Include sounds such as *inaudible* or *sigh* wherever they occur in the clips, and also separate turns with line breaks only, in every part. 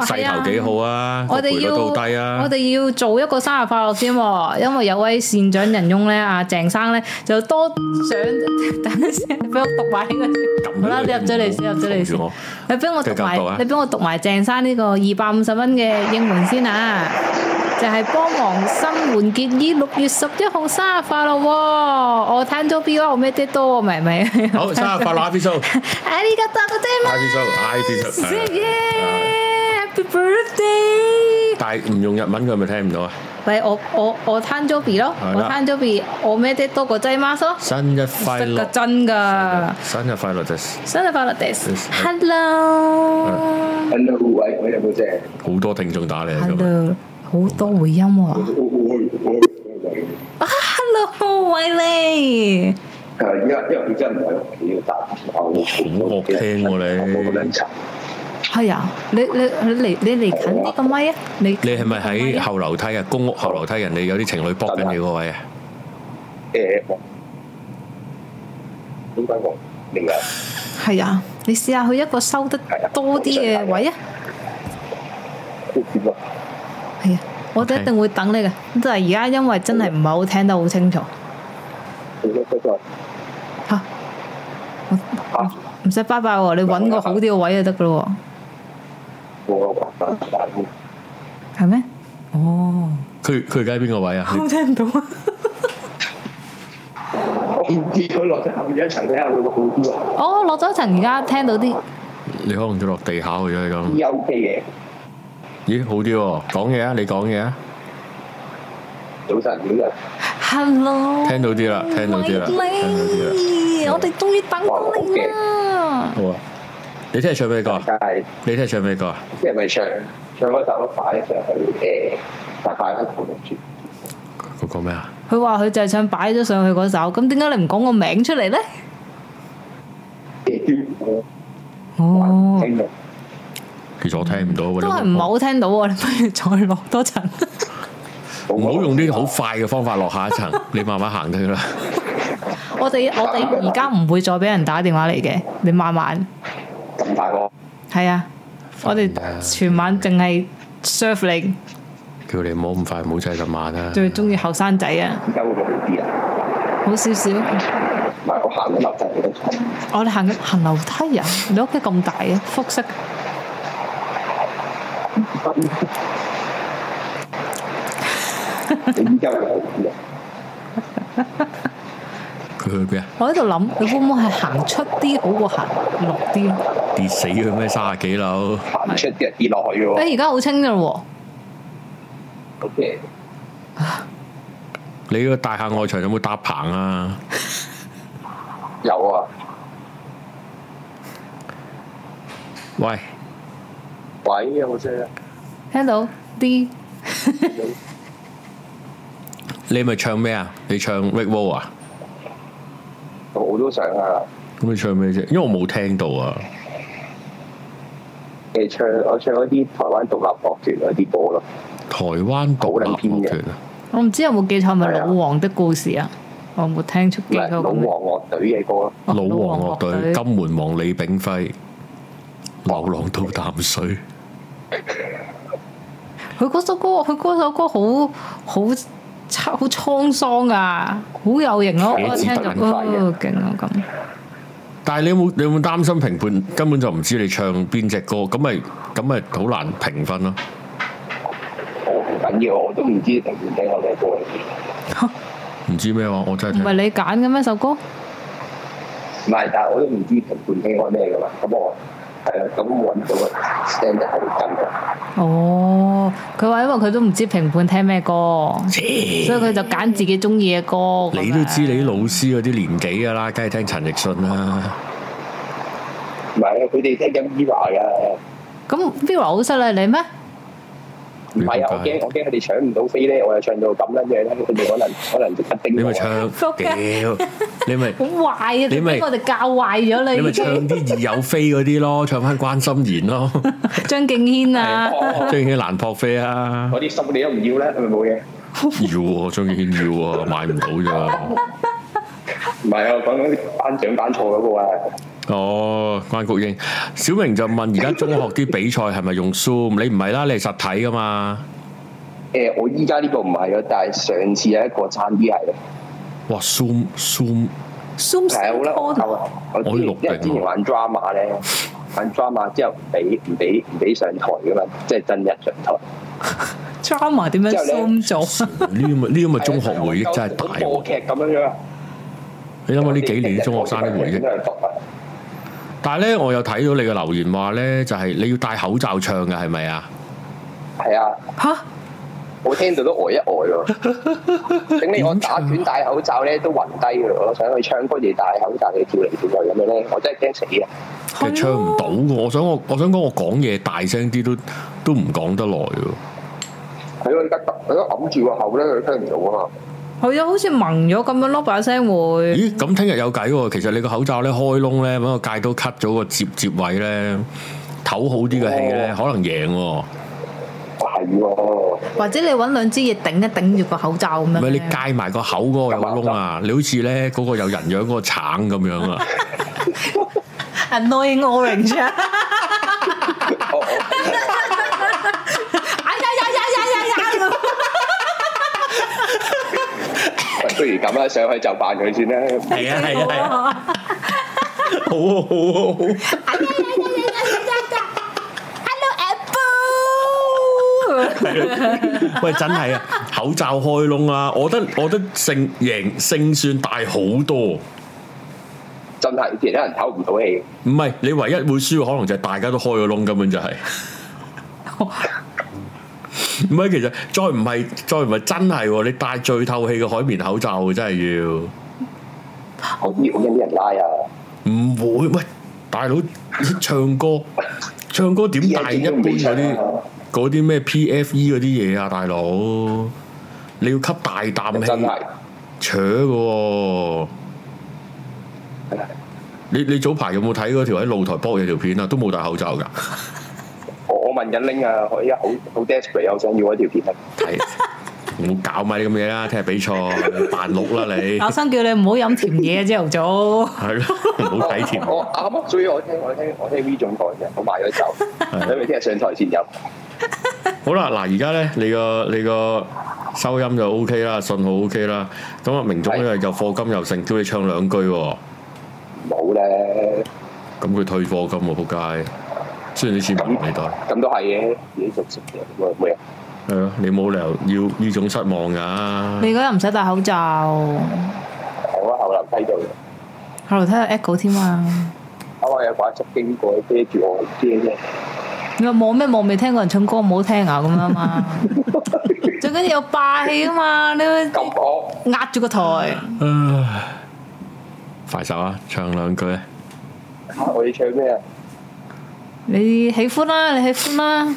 勢頭幾好啊，
我哋
賠率
要
都低啊，
我哋要做一個生日快樂先喎，因為有位善長人翁咧，阿鄭生咧就多想 *laughs* 等陣先，俾我讀埋呢個先。好啦，你入咗嚟先，入咗
撳
嚟先
嗯住我。
你俾我
繼續
讀埋
讀啊，
你俾我讀埋鄭生呢個二百五十蚊嘅應援先啊！就係幫忙新垣結衣六月十一號生日快樂喎！我誕咗 B 啦，我咩啲多咪咪。 *laughs* 哎
好生日快樂，Happy Show，Happy
ありがとうございま
Show，Happy
す
Show，
*laughs*
啊
Yeah, Happy birthday！
但係唔用日文佢咪聽唔到啊？
喂，我我我攤 Joby 咯，
係啦
我攤 Joby，我咩啲多過擠 mask 咯，
生日快
得個
樂，
真噶，
生日快樂就是
生日快樂 d s
係
h e l l o
Hello，喂喂，有冇啫？
好多聽眾打嚟啊
h
今
e l
日
l o 好多回音喎
我我我我
啊，hello，喂你，
誒，因為因為佢真係唔喺屋企嘅，但係我
好惡聽喎你
我覺得唔差
係啊，你你你離你離近啲個咪啊，你
你係咪喺後樓梯啊？公屋後樓梯人哋有啲情侶搏緊你嗰位啊？
誒，我點解我明啊？
係啊，你試下去一個收得多啲嘅位啊，
都點啊？
係啊，我哋一定會等你嘅，但係而家因為真係唔係好聽得好清楚
佢都都話
嚇，我
嚇，
唔使拜拜喎，你揾個好啲嘅位就得噶咯喎。
我話打打工，
係咩？哦，
佢佢而家喺邊個位啊？
我聽唔到啊！
我唔知佢落咗後面一層睇下會唔會好啲喎？
*laughs* 哦，落咗層，而家聽到啲
你可能都落地下去咗你咁。
有機嘅，
咦，好啲喎！講嘢啊，你講嘢啊，
早晨早晨，
hello，
聽到啲啦，聽到啲啦，聽到啲啦。
Wiley，我哋終於等到你啦！
好啊，你聽日唱咩歌啊？
但係
你聽日唱咩歌啊？
即係咪唱唱嗰首擺上去誒？大快樂同住，
嗰個咩啊？
佢話佢就係想擺咗上去嗰首，咁點解你唔講個名出嚟咧？
誒，
哦，
聽到。
其實我聽唔到喎。
都係
你
唔係好聽到喎， *laughs* 你不如再落多層。
唔好用啲好快嘅方法落下一 *laughs* 層，你慢慢行得㗎啦。
我哋我哋而家唔會再俾人打電話嚟嘅，你慢慢
咁大個，
係啊，我哋
煩啊
全晚淨係 serve 你，
叫你唔好咁快，唔好制咁慢啊啦。
最中意後生仔啊，
而家會唔會好啲啊？
好少少。
唔係我行緊樓梯嗰度，
我哋行緊行樓梯啊！你屋企咁大嘅複式，
你依家會好啲啊？
佢去邊啊？
我喺度諗，你會唔會係行出啲好過行落啲？啊
跌死佢咩？三十幾樓，
行出啲人跌落去嘅喎。
誒，而家好清㗎喎，
O K，
你個大廈外牆有冇搭棚啊？
有啊，
喂，
喂，有冇聲啊？
聽到啲
你咪唱咩啊？你唱 Rick Wall 啊？
我都想啊。
咁你唱咩啫？因為我冇聽到啊。
誒唱我唱嗰啲台灣獨立樂團嗰啲歌咯，
台灣獨立樂團啊，
我唔知有冇記錯，係咪
係啊
老王的故事啊？我有冇聽出
唔
記錯
係老
咁
王
樣。
樂隊嘅歌咯。
哦
老王樂隊、
隊
金門王李炳輝、流浪到淡水，
佢嗰首歌，佢嗰首歌好好凄好滄桑啊，好有型咯！
寫
我
字
聽
得
到
人
快
哦
嘅，
勁啊咁。
但係你有冇你有冇擔心評判根本就唔知你唱邊只歌？咁咪咁咪好難評分咯。
我唔緊要，我都唔知評判聽我咩歌。
唔知咩話，我真係
唔
聽
係你揀嘅咩首歌？
唔係，但係我都唔知評判聽我咩噶嘛。咁我係啊，咁揾到個 stand 係真嘅。
哦，佢話因為佢都唔知評判聽咩歌。所以佢就揀自己中意嘅歌咁樣。
你都知你啲老師嗰啲年紀㗎啦，梗係聽陳奕迅啦。
唔係啊啊，佢哋聽緊 Eva 㗎。
咁 Vera 好犀利你咩？
唔係啊，我驚我驚佢哋搶唔到飛咧，我又唱到咁樣樣咧，佢哋可能可能一定
你咪 *laughs* 唱
仆街
屌，你咪
好壞啊！你
你咪
俾我哋教壞咗
*laughs* 你
你
咪
已
唱
經。
啲易有飛嗰啲咯，唱翻關心妍 *laughs* 咯，
張敬軒啊，
哦
張敬軒難撲飛 *laughs* 啊！
嗰啲心你都唔要啦，係咪冇嘢？
*laughs* 要喎，張敬軒要喎，買唔到咋？
唔唔係啊，我講緊啲頒獎頒錯嗰個啊，
哦，關谷英，小明就問：而家中學啲比賽係咪用 Zoom？你唔係啦，你係實體噶嘛？
誒、我依家呢個唔係咯，但係上次有一個差啲係咯，
哇，Zoom Zoom，
Zoom
係啊，好啦，我我我之
我
前
六
因為之
零
前
喎
玩 drama 咧，玩 drama 之後唔俾唔俾唔俾上台噶嘛，即係真人上台。
drama 點樣
之後咧
Zoom 做？
呢啲咪呢啲咪中學回憶真係大喎！
播劇咁樣樣。
你諗下呢幾年啲中學生啲回憶。但係咧，我有睇到你嘅留言話咧，就係、你要戴口罩唱嘅係咪啊？
係啊，
吓？
我聽到都呆一呆
*laughs*
喎。整你我打拳戴口罩咧都暈低㗎，我想去唱歌你戴口罩，你跳嚟跳去咁樣咧，我真係驚死啊！
其實唱唔到嘅。我想我我想講，我講嘢大聲啲都都唔講得耐喎。
佢而家佢都揞住個口咧，佢聽唔到啊嘛。
係啊，好似蒙咗咁樣咯，把聲會。
咦？咁聽日有計喎。其實你個口罩咧開窿咧，揾個戒刀 cut 咗個接接位咧，唞好啲嘅氣咧，可能贏喎。
係喎， *laughs*
或者你揾兩支嘢頂一頂住個口罩咁
唔
樣。
係你戒埋個口嗰個有個窿啊！你好似咧嗰個有人樣嗰個橙咁樣啊！
annoying orange 啊！
哦哦
哎呀呀呀呀呀呀！
喂不如咁啦，上去就扮佢先啦。
*laughs* 係啊係啊係啊！
啊！
好啊好啊好啊！ *laughs* 喂，真係啊！口罩開窿啊！我覺得我覺得勝贏勝算大好多。
真係其他人唞唔到氣，
唔係你唯一會輸嘅可能就係大家都開咗窿，根本就係、 *laughs* 唔係其實再唔係再唔係真係喎，你戴最透氣嘅海綿口罩喎真係要
我啲好驚啲人拉啊！
唔會喂大佬唱歌唱歌點戴一般
E
嗰啲
啊
嗰啲咩 PFE 嗰啲嘢啊，大佬你要吸大啖氣
真係
扯嘅喎。你你早排有冇睇嗰條喺露台搏嘢條片啊？都冇戴口
*laughs*
罩㗎，
我我問緊拎啊，我依家好好 desperate，我想要一條片啊！
睇唔好搞埋啲咁嘢啦！聽日比賽扮綠啦你，
阿生叫你唔 *laughs* 好飲甜嘢啊，朝頭早。
係咯，唔好睇甜
*laughs* 我我啱啱，所以我聽我聽我聽 V 總講嘅，我買咗酒，準備聽日上台前有。
好啦，嗱，而家咧，你個你個收音就 O K 啦，信號 O K 啦。咁啊，明總咧又課金又剩，叫你唱兩句喎。
冇咧，
咁佢退課金喎，仆街。雖然啲錢唔入你袋，
咁都係嘅，自己熟悉嘅，冇冇嘢。
係咯，你冇理由要呢種失望㗎。
你嗰日唔使戴口罩，
我喺後樓梯度，
後樓梯有 echo 添啊！
啱啱有寡叔經過，遮住我遮啫。
你話望咩望？未聽過人唱歌唔好聽啊咁樣
*laughs*
嘛。最緊要有霸氣啊嘛！你
咁我
壓住個台。
唉快手啊，唱兩句啊！
嚇我要唱咩啊？
你喜歡啦，你喜歡啦，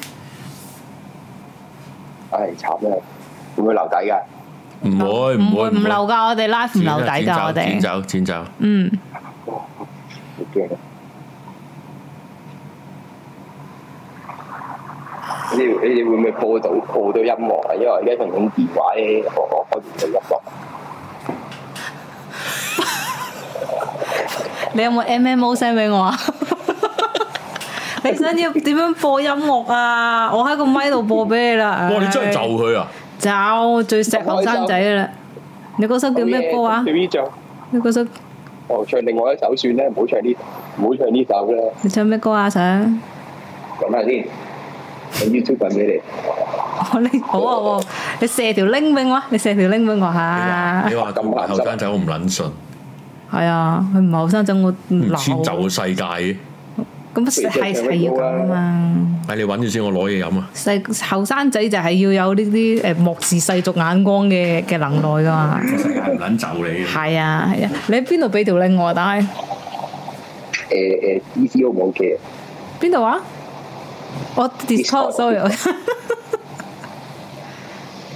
唉，慘啦，會唔會留底㗎？
唔會
唔
會
會唔留噶，我哋
啊
live 唔留底㗎，我
剪
哋
走剪走。
嗯，
好驚啊！你哋你哋會唔會播到播到音樂啊？因為我而家用緊電話咧，我我開唔到音樂。
你有冇 MMO send 俾我
*laughs*
啊？你想要點樣播音樂啊？我喺個咪度播俾你啦。
*laughs* 哇！你真係就
唉
佢啊！
就最錫後生仔啦。你嗰首叫咩歌啊
好嘢？？TV 做
你嗰首
我哦唱另外一首算啦，唔好唱呢，唔好唱呢首啦。
你唱咩歌啊？想
講下先，喺 YouTube 揾俾
我拎好啊喎！你射條 link 俾我啊，你射條 link 俾我
你話
下
你。話咁大後生仔，我唔撚信，
係啊，佢唔係後生仔，我
唔遷就
鬧。
個世界嘅。
咁係係要咁啊嘛。
唉，哎你揾住先，我攞嘢飲啊！
細後生仔就係要有呢啲誒漠視世俗眼光嘅嘅能耐噶嘛。
世界唔撚就你嘅。
係啊係啊，你喺邊度俾條令我？啊但係
你。誒誒，DCO 冇嘅，
邊度啊？我 Discord，sorry，我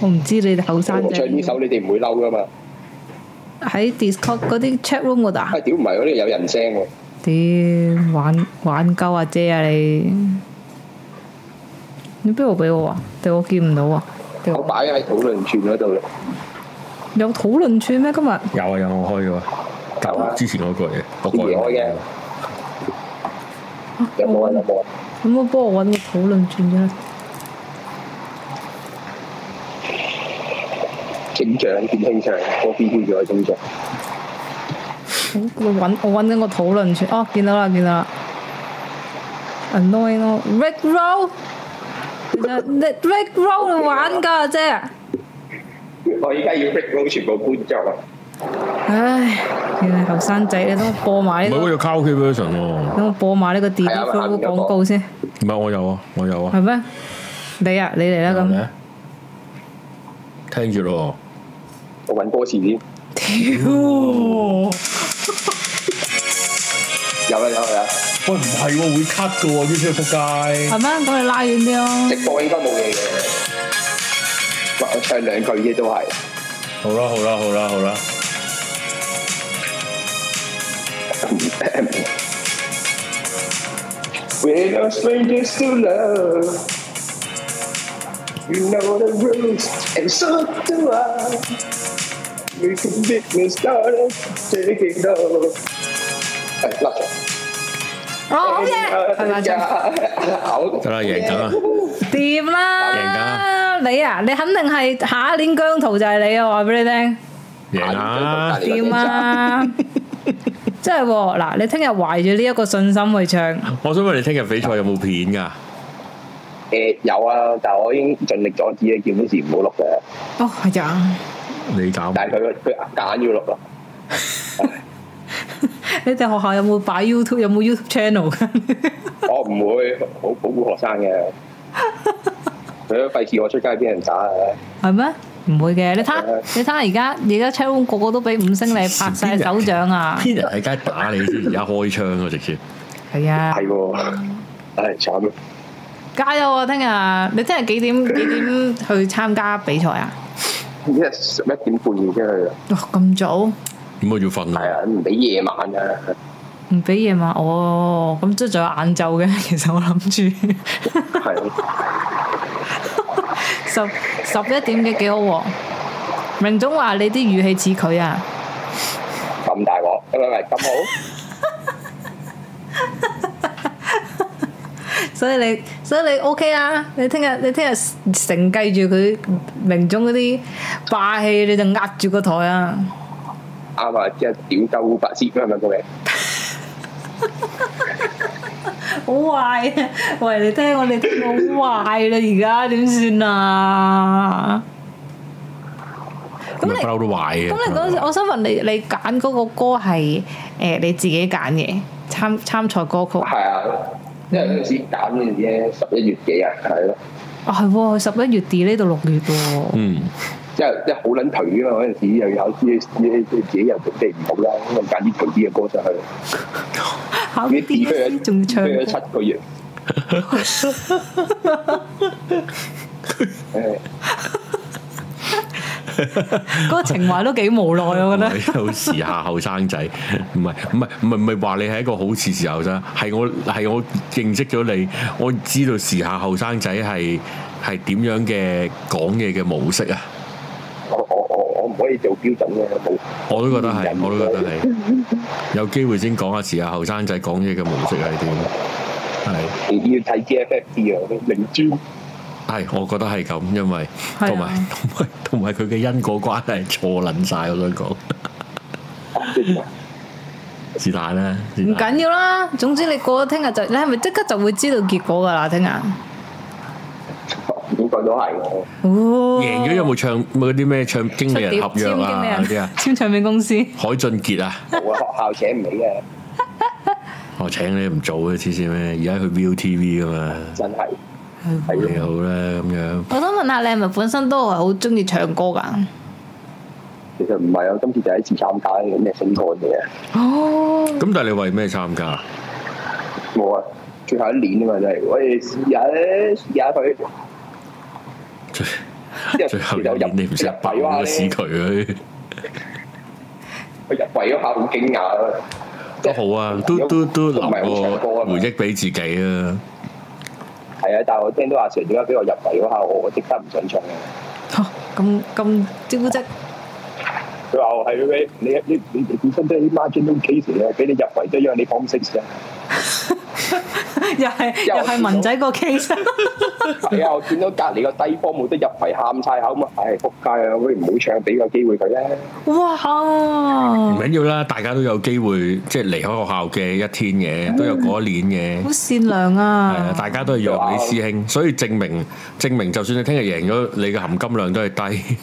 *laughs* 我唔知你哋後生
我
仔
唱呢首你哋唔會嬲噶嘛？
喺 Discord 嗰啲 chat room 嗰度啊
啊！屌唔係，嗰度有人聲喎。
屌玩玩鳩阿姐啊你！你邊度俾我啊？定我見唔到啊？定
我
我
擺喺討論串嗰度啦。
有討論串咩？今日
有啊有啊，我開咗啊。集啊之前嗰個嘢，嗰個
之前嗰個嘢有冇啊？有冇啊？
咁我幫我揾個討論轉咗啦。
正像見傾向，個 B Q 咗正像。
好我揾我揾緊個討論串，哦，見到啦，見到啦。Annoying 咯，Rick Roll，其實你 Rick Roll 玩㗎啫。
我依家要 break roll 全部搬走啊！
唉，原來後生仔，你等我播埋
唔
呢
係
個
我，有 karaoke version 喎，
等我播埋呢個 d e
係
l
啊
e
咪下面有
廣
個
告先，
唔係我有啊，我有啊，
係咩？你啊，你嚟啦咁。
聽住咯，
我揾歌詞先，
屌！
有啊啦有啦有啦，
喂唔係喎，會 cut 嘅喎，啲車仆街，
係咩？咁你拉遠啲咯。
直播應該冇嘢嘅。喂，我唱兩句啫都係，
好啦好啦好啦好啦，
We're no strangers to love. You know the rules, and so do I. We can be started taking off. 係甩咗。
哦，好
Ờ,
嘢，係咪
dạ.
先？
好
得啦贏緊啦，
掂
贏㗎
啦！你啊，你肯定係下一年姜圖就係你啊！話俾你聽。
贏啦，
掂啊！真係喎，嗱，你聽日懷住呢一個信心去唱，
我想問你聽日比賽有冇片㗎？
誒有啊，但係我已經盡力阻止你叫嗰時唔好錄嘅，
哦係啊，
你搞
但係佢佢夾硬要錄咯。
你哋學校有冇擺 YouTube 有冇 YouTube channel *laughs* 㗎？
我唔會好保護學生嘅，佢都費事我出街俾人打啊！
係咩？唔會嘅，你睇下你睇下而家而家 c h a n 個個都俾五星你拍晒手掌啊！
編人喺街打你先，而家開槍啊直接，
係啊，
係喎，唉慘啊！
加油啊！聽日你聽日幾 *laughs* 點幾點去參加比賽啊？
一十一點半要先去啊，
哇、咁早
點解要瞓
係
啊？
啊，唔俾夜晚啊，
唔俾夜晚哦，咁即係仲有晏晝嘅。 *laughs* 其實我諗住 *laughs*
係啊
十十一點幾幾好喎、明總話你啲語氣似佢啊！
咁大鑊，喂喂喂，咁好，
所以你所以你 OK 啊！你聽日你聽日承繼住佢明中嗰啲霸氣，你就壓住個台啊！
啱啊！即係屌鳩白絲，係咪咁嘅？
好壞啊！ *laughs* 喂，你聽我哋聽到好壞啦，而家點算啊？
咁
咁你
不嬲啊都壞嘅。
咁你嗰陣時，我想問你，你揀嗰個歌係誒、你自己揀嘅參參賽歌曲？
係啊，因為嗰陣時揀嗰陣時咧，十一月幾啊，係咯，
啊係喎，十一月 d 呢度六月喎。
嗯，
因為因為好撚頹啊嘛，嗰陣時又有啲自己又準備唔好啦，咁揀啲頹啲嘅歌上去，
考
你
D
咗
S 仲唱
飛
歌，
咗七
*laughs*
個月，誒
嗰個情懷都幾無奈，我覺得。
*laughs* 好時下後生仔，唔係唔係唔係唔係話你係一個好時時後生，係我係我認識咗你，我知道時下後生仔係係點樣嘅講嘢嘅模式啊！
我我我我唔可以做標準嘅，冇
我都覺得係
嗯，
我都覺得係，有機會先講下時下後生仔講嘢嘅模式係點，係。
要睇 G F F D 啊，明珠
係，我覺得係咁，因為
係啊
同埋 *laughs* 同埋同埋佢嘅因果關係錯撚晒，我想講 *laughs* 是但啦，是
唔
但
緊要啦，總之你過咗聽日就，你係咪即刻就會知道結果㗎啦？聽日，
應該都係我，
哦，
贏咗有冇唱嗰啲咩唱經
出
理人
碟
合約
簽經理
啊嗰啲
人
啊？，
簽唱片公司，
海俊傑啊，
冇啊，學校請唔起啊，
我請你唔做啊嘅黐線咩？而家去 ViuTV 噶嘛，
真係
你
係啊
好啦咁樣。
我想問下你係咪本身都係好中意唱歌㗎？
其實唔係啊，今次就係一次參加嘅咩升幹嘅。
哦，
咁但係你為咩參加？啊
冇啊，最後一年啊嘛，真係，我哋試下咧，試下佢，
最
因為
最後
佢
一
就入
年你唔識
入
爆
圍啊哇
個
咧
屎佢，
佢入圍嗰下好驚訝啊！
都好啊，都都都留個回
憶。
憶俾自己啊。
係啊，但係我聽到阿 Sir 點解俾我入圍嗰下，我我即刻唔想唱嘅。
嚇咁咁招積，
佢佢話我哦係咩？你你你哋本身都係啲 marginal case 嘅，俾你入圍都一樣，你 form six 嘅。
*laughs* 又係又係文仔個 case，
係啊，我見到隔離個低科冇得入圍，喊晒口咁啊！唉，仆街啊！喂，唔好唱，俾個機會佢 *laughs* 咧。
唔
哇！
緊要啦，大家都有機會即係離開學校嘅一天嘅，都有嗰一年嘅
好。善良
係啊，
啊！
大家都係讓你師兄，所以證明證明，就算你聽日贏咗，你嘅含金量都係低，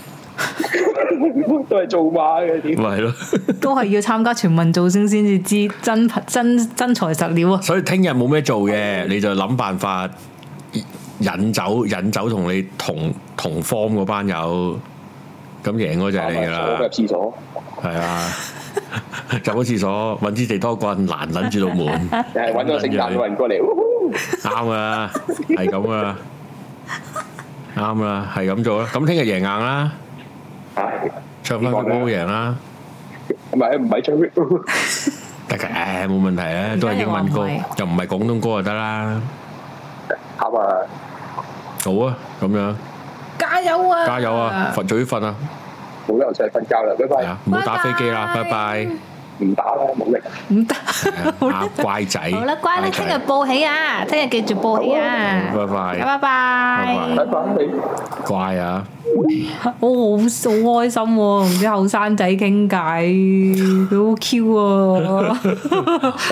*laughs*
都係做馬嘅點
咪？係咯。
都係要參加全民造星先至知真真真材實料啊！
所以聽日冇咩做嘅，你就諗辦法引走引走同你同同 form 嗰班友，咁贏嗰就係你噶
我入
啦，
廁啊所，
係啊， *laughs* 入咗廁所揾支地拖棍，攔撚住道門，
又係揾咗聖誕老人過嚟。呼呼
啱啊，係咁啊，啱啦，係咁做啦，咁聽日贏硬啦，
唉，
唱翻個歌贏啦，
唔係唔係唱咩？
得嘅，唉冇問題啊，都係英文歌，又唔係廣東歌就得啦，
喊啊！
好啊，咁樣
加油啊！
加油啊，
Ờ.
瞓早啲瞓啊！
冇得我真係瞓覺啦，拜
係
拜
啊，。唔好打飛機啦，拜
拜拜
拜。
唔打啦，冇力。
唔得，好
啊
啦，
乖仔，
好啦，乖，你聽
仔
日報喜啊！聽日記住報喜啊！
拜拜
拜拜
拜。
拜拜你。
乖啊，
我好好開心喎，同啲後生仔傾偈，佢好
*laughs*
啊 Q 啊！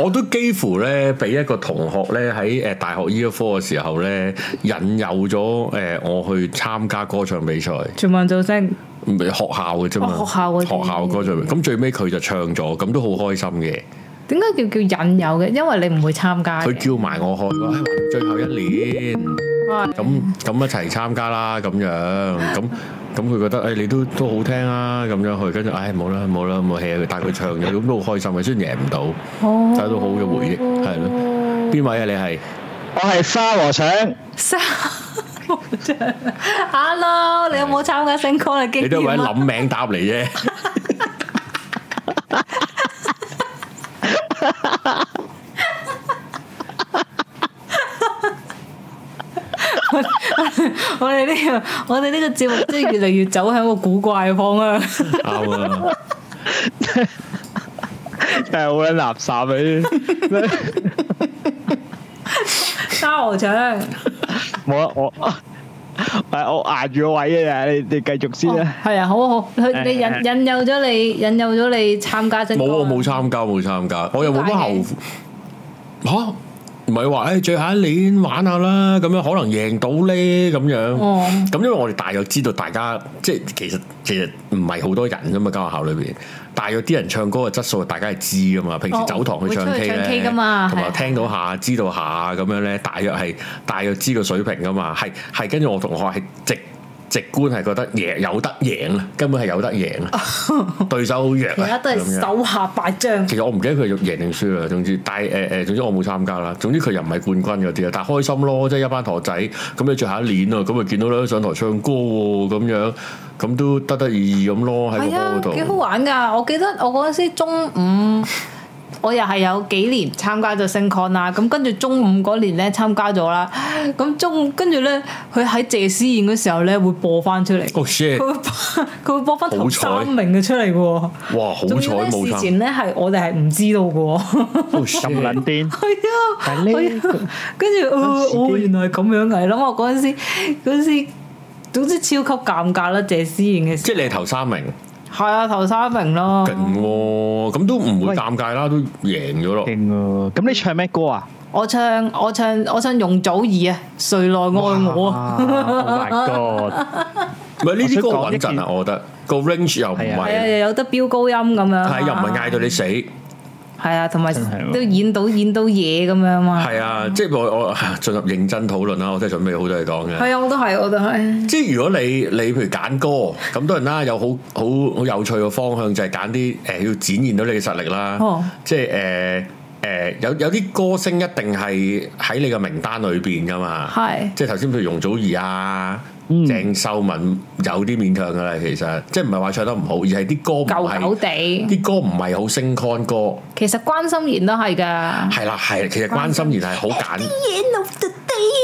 我都幾乎咧俾一個同學咧喺誒大學醫科嘅時候咧引誘咗誒我去參加歌唱比賽，
全民造星，
唔係學校嘅啫嘛，
哦學校嘅啫
學校歌唱比，咁最尾佢就唱咗，咁都好開心嘅。
點解叫叫引誘嘅？因為你唔會參加嘅。
佢叫埋我去，話哎最後一年，
係
咁咁一齊參加啦，咁樣咁。咁佢覺得誒、哎你都都好聽啊，咁樣去，跟住唉冇啦冇啦冇 hea 佢，但係佢唱咗，咁都好開心嘅，雖然贏唔到。
哦
睇到好嘅回憶係
咯。
邊位啊？你係
我係花和尚，
三 Hello，你有冇參加星歌嘅經驗
你都係為咗
啊
諗名答嚟啫。
我哋呢個我哋呢個節目真係越嚟越走向個古怪嘅方向。
啱啊！
真係好撚垃圾啊！呢 *laughs* 啲
沙和尚，
我啊我 *laughs* 係我壓住個位嘅，你你繼續先啦。
係啊，好啊好，佢你引引誘咗你，引誘咗你參加星歌。
冇啊，冇參加，冇參加，我又冇乜後悔
點
嚇。唔係話哎誒最後一年玩下啦，咁樣可能贏到咧咁樣。
哦
咁因為我哋大約知道大家即係其實其實唔係好多人㗎嘛，間學校裏邊，大約啲人唱歌嘅質素大家係知㗎嘛。平時
哦
走堂去唱
會出
K
去唱
咧，
K 㗎嘛
同
係啊
埋聽到下知道下咁樣咧，大約係大約知個水平㗎嘛。係係跟住我同學係直直觀係覺得贏有得贏啦，根本係有得贏啦，
*laughs*
對手好弱啊。
而家都
咁
係
樣
手下敗將。
其實我唔記得佢贏定輸啦，總之，但係誒誒，總之我冇參加啦。總之佢又唔係冠軍嗰啲啊，但係開心咯，即係一班同學仔咁你最後一年啊，咁咪見到咧上台唱歌喎，咁樣咁都得得意意咁咯喺個
係啊
波，度。
幾好玩㗎！我記得我嗰陣時中午，我又係有幾年參加咗星 con 啦，咁跟住中午嗰年咧參加咗啦，咁中午跟住咧佢喺謝師宴嗰時候咧會播翻出嚟，
Oh
佢
shit！
會播 *laughs* 佢會播翻頭
好彩
三名嘅出嚟嘅喎。
哇，好彩
仲要咧
冇
事
參。
前咧係我哋係唔知道嘅喎。 *laughs*
Oh
咁
shit！
撚
係
癲，
啊，
但呢
係啊跟住
嗰時
哦，
啲
哦原來係咁樣嘅，諗我嗰陣時嗰陣時，總之超級尷尬啦！謝師宴嘅時候
即係你係頭三名，
係啊，頭三名咯
勁。喎，咁都唔會
喂
尷尬啦，都贏咗咯。
勁喎！咁你唱咩歌啊？
我唱我唱我唱容祖兒啊，誰來愛我
哇 *laughs*
啊？
！Oh my god！
唔係呢啲歌
我想講
穩
一件
陣啊，我覺得個 range 又唔
係啊
係啊，
係，
又有得飆高音咁樣啊，
係又唔係嗌到你死。
係啊，同埋
真係喎
都演到演到嘢咁樣嘛。
係啊，即係我我進入認真討論啦，我真係準備好多嘢講嘅。
係啊，我都係，我都係。
即係如果你你譬如揀歌，咁當然啦，有好好好有趣嘅方向就係揀啲誒要展現到你嘅實力啦。
哦
即係誒誒有有啲歌星一定係喺你嘅名單裏邊噶嘛。
係
即係頭先譬如容祖兒啊、
嗯
鄭秀文有啲勉強噶啦，其實即係唔係話唱得唔好，而係啲歌唔
舊舊
係
地，
啲歌唔係好升 con 歌。
其實關心妍都係㗎。
係啦，係其實關心妍係好簡。
The end of the day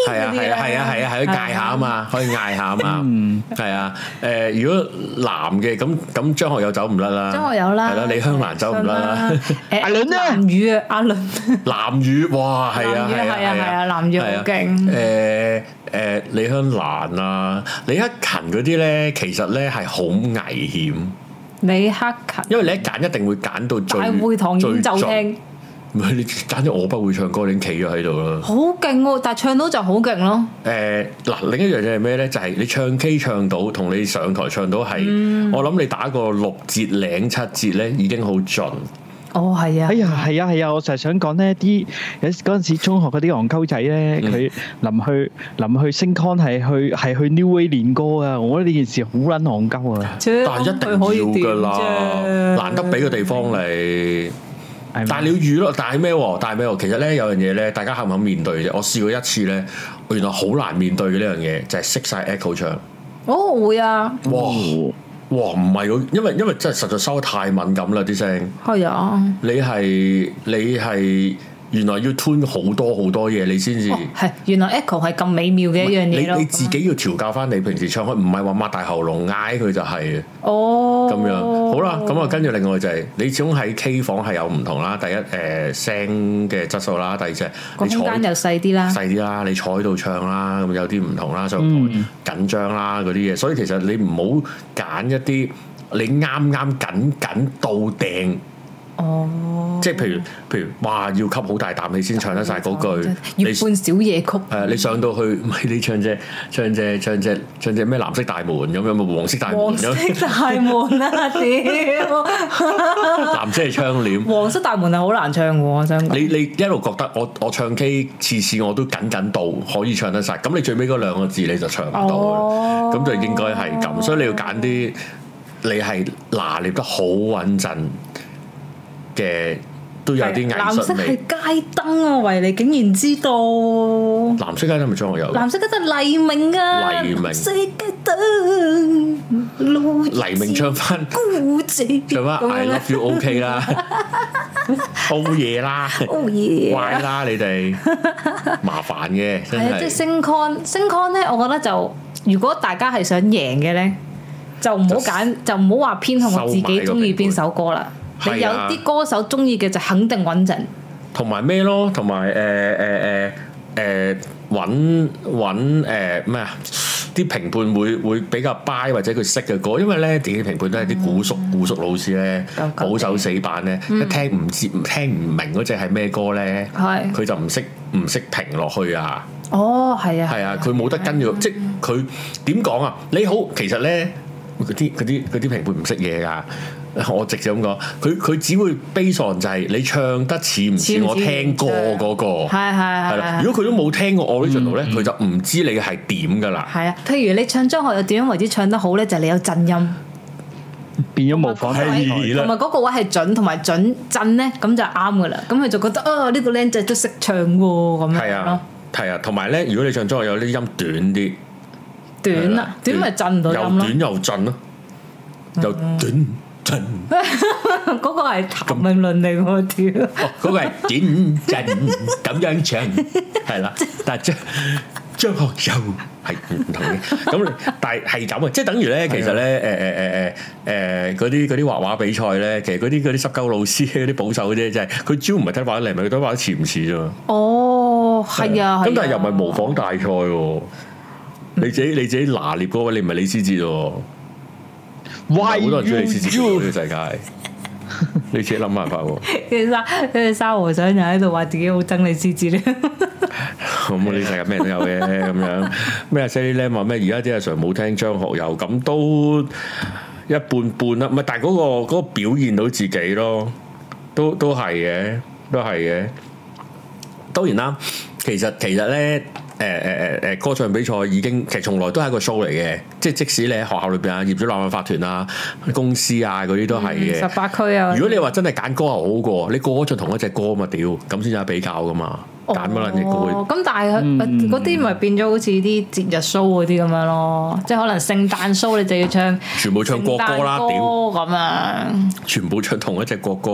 係啊
嗰啲
係啊係啊係啊，係可以嗌下啊嘛，可以嗌下啊嘛，
嗯
係啊誒，如果男嘅咁咁張學友走唔甩啦，
張學友啦，
係啦，李香蘭走唔甩啦，
誒
阿倫呢
藍宇啊，阿倫 *laughs*
藍宇哇係啊
藍宇
係啊
係啊係啊藍宇好
係啊
勁
誒誒李香蘭啊李克勤嗰啲咧，其實咧係好危險，
李克勤。
因為你一揀一定會揀到最
大會堂演奏
最盡
廳
唔係你揀咗我不會唱歌，你已經企咗喺度啦。
好勁喎，但係唱到就好勁咯。
誒呃嗱，另一樣嘢係咩咧？就係、你唱 K 唱到，同你上台唱到係，我諗你打個六折零七折咧，已經好盡。
哦，係啊
哎， *laughs* 呀，係啊，係啊！我成日想講呢啲有嗰陣時中學嗰啲戇鳩仔咧，佢臨去臨去升 con 係去係去 New Way 練歌啊！我覺得呢件事好撚戇鳩啊！
但
但係一定要㗎啦，難得俾個地方你。
係
但係你要預咯，但係咩喎？但係咩喎？其實咧有樣嘢咧，大家肯唔肯面對啫？我試過一次咧，我原來好難面對嘅呢樣嘢，就係熄晒 echo 唱。
哦，會啊，
哇哇，唔係嗰，因為因為真係實在收得太敏感啦啲聲。
係啊，
你係你係原來要 tune 好多好多嘢，你先至
哦，係原來 echo 係咁美妙嘅一樣
你
嘢咯。啊
你自己要調教翻你平時唱開，唔係話擘大喉嚨嗌佢就係
哦，
咁樣。好啦，咁啊跟住另外就係、你始終喺 K 房係有唔同啦。第一誒、呃、聲嘅質素啦，第二就係
個
你
空
坐
間又嗯細啲啦，
細啲啦，你坐喺度唱啦，咁有啲唔同啦，上台緊張啦嗰啲嘢，所以其實你唔好揀一啲你啱啱緊緊到定。
哦，
即係譬如譬如，哇！要吸好大啖氣先唱得晒嗰
哦
句，你
月半小夜曲，
誒啊你上到去，唔係你唱隻唱隻唱隻唱隻咩藍色大門咁樣，咪黃色大門
黃
咁，
色大
*laughs*
門啊，屌，
藍色係窗簾。
黃色大門係好難唱嘅喎，我想講。
你你一路覺得我我唱 K 次次我都緊緊到可以唱得晒，咁你最尾嗰兩個字你就唱唔到啦
哦，
咁、就應該係咁，所以你要揀啲你係拿捏得好穩陣嘅，都有啲藝
藍色
術
係
味。
街燈啊，維尼竟然知道。
藍色街都咪張學友嘅。
藍色嗰隻黎明啊，
黎明
藍色嘅燈，路
黎明唱翻
孤寂，
唱翻
咁
I
樣
love you OK 啦
*laughs*
好嘢啦，
Oh yeah
乖啦你哋，
*laughs*
麻煩嘅真
係啊，即係
係。
升 con 升 con 咧，我覺得就如果大家係想贏嘅咧，就唔好揀，就唔好話偏向我自己中意邊首歌啦。
收買個評判
你有啲歌手中意嘅就肯定穩陣，
同埋咩咯？同埋呃誒誒誒誒揾揾誒咩啊？啲評判會會比較 buy 或者佢識嘅歌，因為咧啲評判都係啲古叔古叔老師咧
嗯夠，夠嗯
保守死板咧，一聽唔知聽唔明嗰只係咩歌咧，
係
佢就唔識唔識評落去啊！
哦，係啊，
係啊，佢冇得跟住，即係佢點講啊？你好，其實咧嗰啲嗰啲嗰啲評判唔識嘢㗎，我直接咁講，佢佢只會 base on 就係你唱得似唔似
似唔似
我聽歌嗰個
係
係
係係
啦。
係
如果佢都冇聽過 original 咧，佢就唔知你係點㗎啦。
係啊。譬如你唱張學友點樣為之唱得好咧，就係你有震音。
變咗模仿大賽
係啊啦
同埋嗰個位係準，同埋準震咧，咁就啱噶啦。咁佢就覺得啊，呢個僆仔都識唱喎，咁
係
樣咯
啊，，係啊，同埋咧，如果你唱張學友啲音短啲，
短
係
啦，短咪震唔到
又
音咯。
短
嗯
又震咯，又短震。
*laughs* 嗰個係譚詠麟嚟喎，屌！
哦，嗰個係點陣咁樣唱，係
*laughs*
啦。但係張張學友係唔同嘅，咁你但係係咁啊，即係等於咧，其實咧誒誒誒誒誒嗰啲嗰啲畫畫比賽咧，其實嗰啲嗰啲濕鳩老師嗰啲保守嗰啲，就係佢主要唔係得畫得靚，咪佢得畫得似唔似啫嘛。
哦，係啊，
咁但係
係
又唔係
*laughs*
模仿大賽喎。你自己你自己拿捏嗰位，你唔係李思捷喎，唔係
，Why
好多人中意李思捷喎，呢
you
個世界。你自己諗辦法喎。
跟住沙跟住沙和尚又喺度話自己好憎你獅子咧，
咁呢世界咩人都有嘅咁樣，咩啊 Sally Lam 話咩？而家啲阿 Sir 冇聽張學友，咁都一半半啦。唔係，但係嗰、個嗰個表現到自己咯，都都係嘅，都係嘅。當然啦，其實其實咧，誒誒誒誒歌唱比賽已經其實從來都係一個 show 嚟嘅，即係即使你喺學校裏邊啊、業主立案法團啊、公司啊嗰啲都係嘅。
十八區啊。
如果你話真係揀歌係好過，你個個唱同一隻歌啊嘛，屌咁先有得比較噶嘛，揀乜撚嘢歌？
哦咁但係
嗯
佢嗰啲咪變咗好似啲節日 show 嗰啲咁樣咯，即係可能聖誕 show 你就要唱
全部唱國歌啦，
聖誕
屌！
歌咁樣。
全部唱同一隻國歌，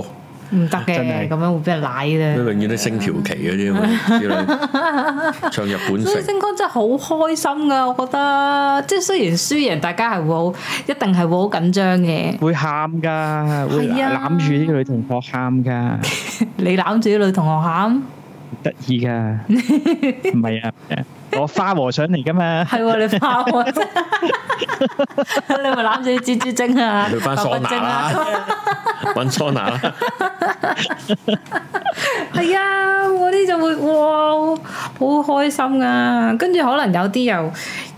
唔得
真
嘅，
係
咁樣會俾人奶
你
嘅。
永遠都升條旗嗰啲咁樣之類，唱日本
*laughs* 所以
城
星光真係好開心噶，我覺得，即係雖然輸贏，大家係會好，一定係會好緊張嘅。
會喊㗎，會
係啊
攬住啲女同學喊㗎，
你攬住啲女同學喊，
得
*laughs*
意㗎。唔係啊，唔係啊我花和尚嚟㗎嘛，
係喎，你喊我真係，你咪攬住啲蜘蛛精啊，
去翻桑
白骨
拿
精啊
啦，揾桑拿啦，
係啊，我啲就會哇，好開心啊！跟住可能有啲又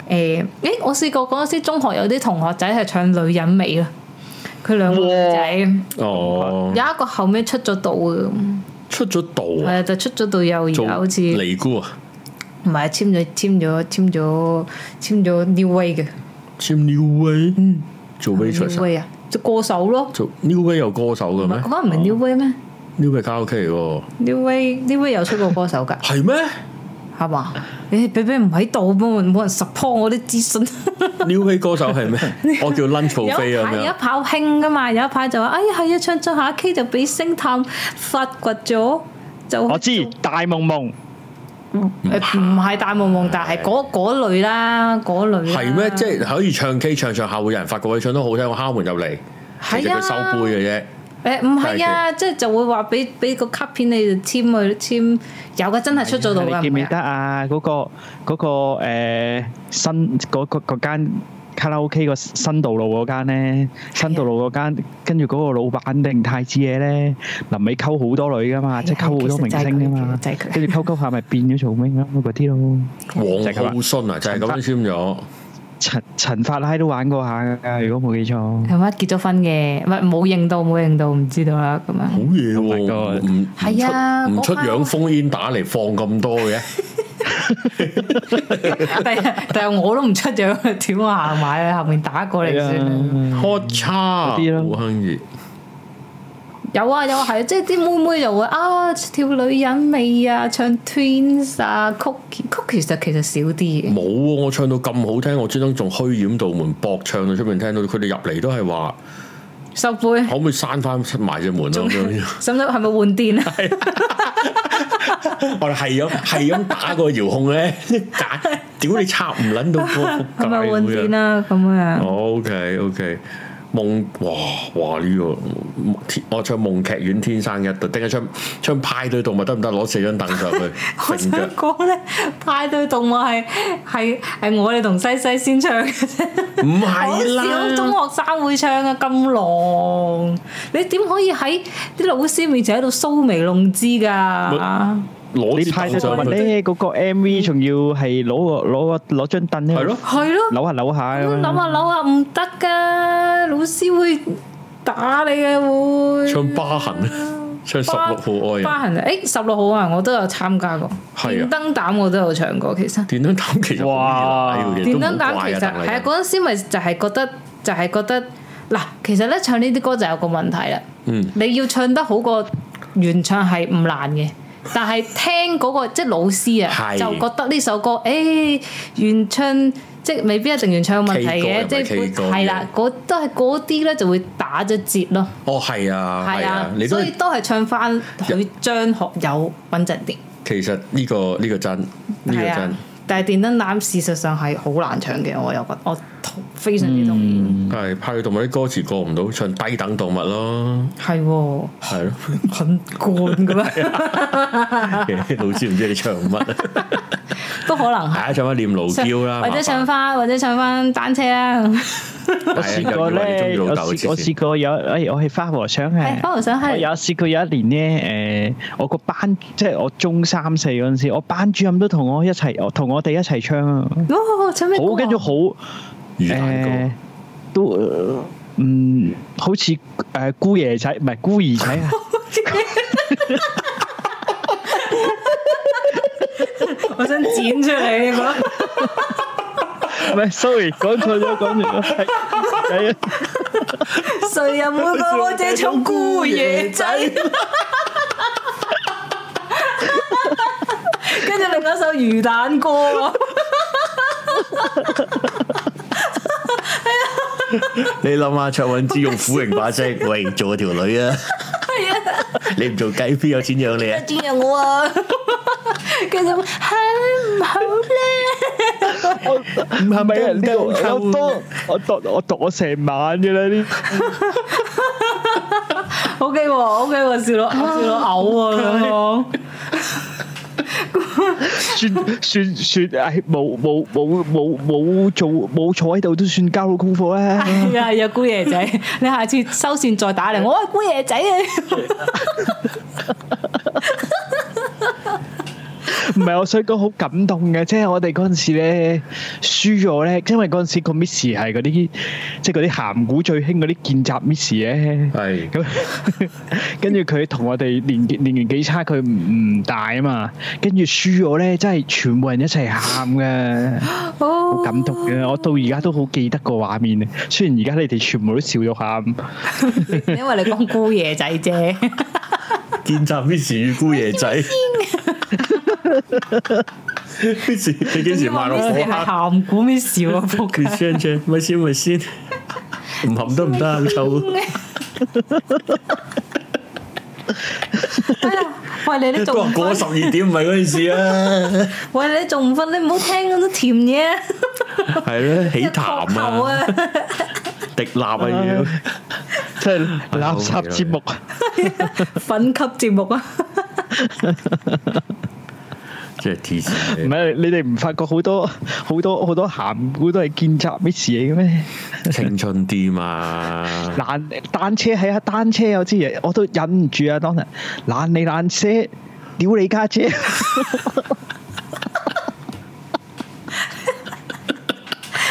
誒，誒、我試過嗰陣時中學有啲同學仔係唱女人味啦，佢兩個女仔，有
哦，
一個後尾出咗道嘅，
出咗道啊，
係啊，就出咗道又而
做
家好似唔
尼姑啊，
係簽咗簽咗簽咗簽咗 New Way 嘅
簽 New Way，做 waitress
嗯 New
啊
Way 啊，做歌手咯，
做 New Way 有歌手嘅咩
嗰班唔係 New Way 咩
？New Way 卡拉 OK 喎，
？New Way New Way 有出過歌手㗎。
係咩
係嘛？
*laughs*
你比比唔喺度，冇人冇人 support 我啲資
*laughs*
訊。
？New Way 歌手係
*laughs*
咩？我叫 Lunch Buffet
有啊
咁
一排有一
樣，
排好興噶嘛，有一排就話：哎呀，係啊，唱咗下 K 就俾星探發掘咗，就
我知大夢夢
誒唔係大夢夢，但係嗰嗰類啦，嗰類啦
係咩？即係可以唱 K 唱唱下，會有人發覺佢唱得好聽，我敲門入嚟，其實
係
佢
啊
收杯嘅啫。
誒唔係啊，即係就會話俾俾個卡片你哋簽去簽，有嘅真係出咗到㗎，
你記唔記
唔係
得
啊
啊？嗰個嗰個誒新嗰個嗰間卡拉 OK 個新道路嗰間
啊
咧，新道路嗰間，跟住嗰個老闆定太子爺咧，臨尾溝好多女㗎嘛，即係溝好多明星㗎嘛
啊其實就係佢其實就係，佢
跟住溝溝下咪變咗做咩咯嗰啲咯。就係咁
黃
啦
浩信啊，就係咁樣簽咗。
陳陳法拉都玩過下㗎，如果冇記錯。
係咪啊結咗婚嘅？唔係冇認到，冇認到，唔知道啦咁樣。
好嘢
Oh my
喎！
God
唔唔
係啊
出唔出
嗰班
養蜂煙打嚟放咁多嘅，
*laughs* 但係但係我都唔出樣，點我行埋去後面打過嚟
啊
先。
我差
啲咯
好香熱，
有啊有啊，係啊即係啲妹妹就會啊跳女人味啊，唱 Twins 啊，Cookie Cookie 就其實少啲嘅。
冇喎！我唱到咁好聽，我專登仲虛掩道門，搏唱到出面聽到佢哋入嚟都係
*laughs*
話，
收杯，
可唔可以閂翻埋只門啊？咁樣
使唔使係咪換電啊？
*laughs* 我哋係咁係咁打個遙控咧，打屌你插唔撚到個
係咪換
咁
電
樣。
啊？咁樣
O K O K，夢哇哇呢、個天我唱夢劇院天生一對，定係唱唱派對動物得唔得？攞四張凳上去，
*laughs* 我
整
想
腳。
講咧，派對動物係係係我哋同西西先唱嘅啫，
唔
好
係
少
啦，
中學生會唱啊，咁狼，你點可以喺啲老師面前喺度搔眉弄姿㗎？
攞
你
支
派
凳
咗動
上
物
去，
咧，嗰個 MV 仲要係攞個攞個攞張凳咧，
係咯，
係咯。
扭下扭下咁
咁諗
樣。
下諗下唔得噶，老師會打你嘅會。
唱疤痕，唱十六號愛人，
疤痕啊！誒十六號啊，我都有參加過。
係啊
電燈膽我都有唱過，其實。
電燈膽其實
哇
電
電
燈膽其實係啊，嗰陣時咪就係覺得就係覺得嗱，其實咧唱呢啲歌就有個問題啦。
嗯，
你要唱得好過原唱係唔難嘅。但係聽嗰、個即係老師啊，
係
就覺得呢首歌，誒、原唱即係未必一定原唱有問題
K 歌又
嘅，
唔係
即
K
係
歌
係啦，嗰都係嗰啲咧就會打咗折咯，
哦係啊
係
係
啊
啊，你，都
所以都係唱翻佢張學友穩陣啲，
其實呢個呢個真呢個
係啊
真。
但係電燈膽事實上係好難唱嘅，我又覺得我同非常之同
嗯
意，
係派對動物啲歌詞過唔到，唱低等動物咯，
係 *laughs* 喎
係咯。
很幹咁樣，
老師唔知你唱
*laughs*
乜，
都可能係。
係啊，唱翻念奴嬌啦，
或者
麻
唱
煩
翻，或者唱翻單車啊！
我試過
係啊又要話你
咧，
中意
我
老豆
試我
黐線
試過有，誒我係花和尚
係
係。
花和尚
我有
係
試過有一年咧，誒、我個班即係我中三四嗰陣時，我班主任都同我一齊，我同我哋一齊唱啊，
哦，唱咩歌啊？
好跟住好誒、Ờ,
魚蛋
都、呃嗯，好似誒、呃姑爺仔唔係孤兒仔啊，
*laughs* 我想剪出嚟呢個。
唔係 sorry 講錯咗講錯咗，係係啊
誰人會 *laughs* 為我這種孤野仔？跟住另一首魚蛋歌啊 *laughs* 喎，
糕，你諗下卓韻芝用虎形把聲，喂做我條女啊，
係啊，
你唔做雞邊有錢養你啊？
點樣我啊？ *laughs* 跟住就係唔好咧，
唔係啊
係咪啊？呢度
夠
有多，我度我度我成晚嘅啦，呢
O K 喎，O K 喎，笑到笑到嘔喎咁樣。
算算算，唉，冇冇冇冇冇做冇坐喺度都算交到功課啦。
*laughs* 係啊，有姑爺仔，你下次收線再打嚟，我係姑爺仔啊！
唔係，我想講好感動嘅，即係我哋嗰陣時咧輸咗咧，因為嗰陣時個 Miss 係嗰啲即係嗰啲鹹股最興嗰啲見習 Miss 咧。
係
咁 *laughs* 跟住佢同我哋年紀年年紀差，佢唔唔大啊嘛。跟住輸咗咧，真係全部人一齊喊嘅，好
哦，
感動嘅。我到而家都好記得個畫面啊。雖然而家你哋全部都笑咗嗯喊，
因為你講姑爺仔啫。
見習 Miss 與姑爺仔。Miss，你幾時
*laughs*
賣落火
係
坑
鹹股 miss 喎，仆街！
？Miss 張張，咪先咪先，唔含得唔得啊？咁臭。
*laughs* 哎呀，喂你啲
都
仲
話
唔
過
分
十二點唔係嗰件事啊，
喂你啲仲唔分，你唔好聽咁多甜嘢啊，
係咧
*laughs*
起痰 *laughs*
頭
啊，
啊！
滴蠟啊要，
*laughs* 即係垃圾節目。
粉級節目啊，
即係黐
唔
線
係啊你哋唔發覺好多好多好多鹹股都係見習 Miss 嘢嘅咩？
嘅，青春啲嘛，
爛單車係啊，單車有支嘢我都忍唔住啊！當日爛你爛車，屌你家姐， *laughs*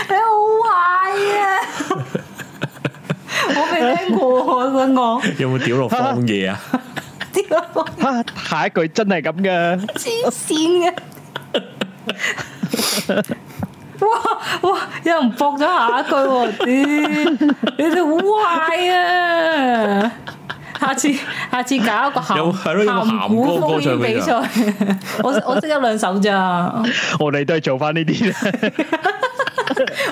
你好壞啊！我未聽過，我想講，
有冇屌落荒野啊？
屌我
嚇啊下一句真係咁嘅。
黐線嘅！ *laughs* 哇哇！有人駁咗下一句喎，屌你哋好壞啊！下次下次搞一個
有
鹹
係咯有冇
鹹
鹹
股
歌歌
風
唱
險
比
比
賽
賽，我我識一兩首咋，
我哋都係做翻呢啲啦，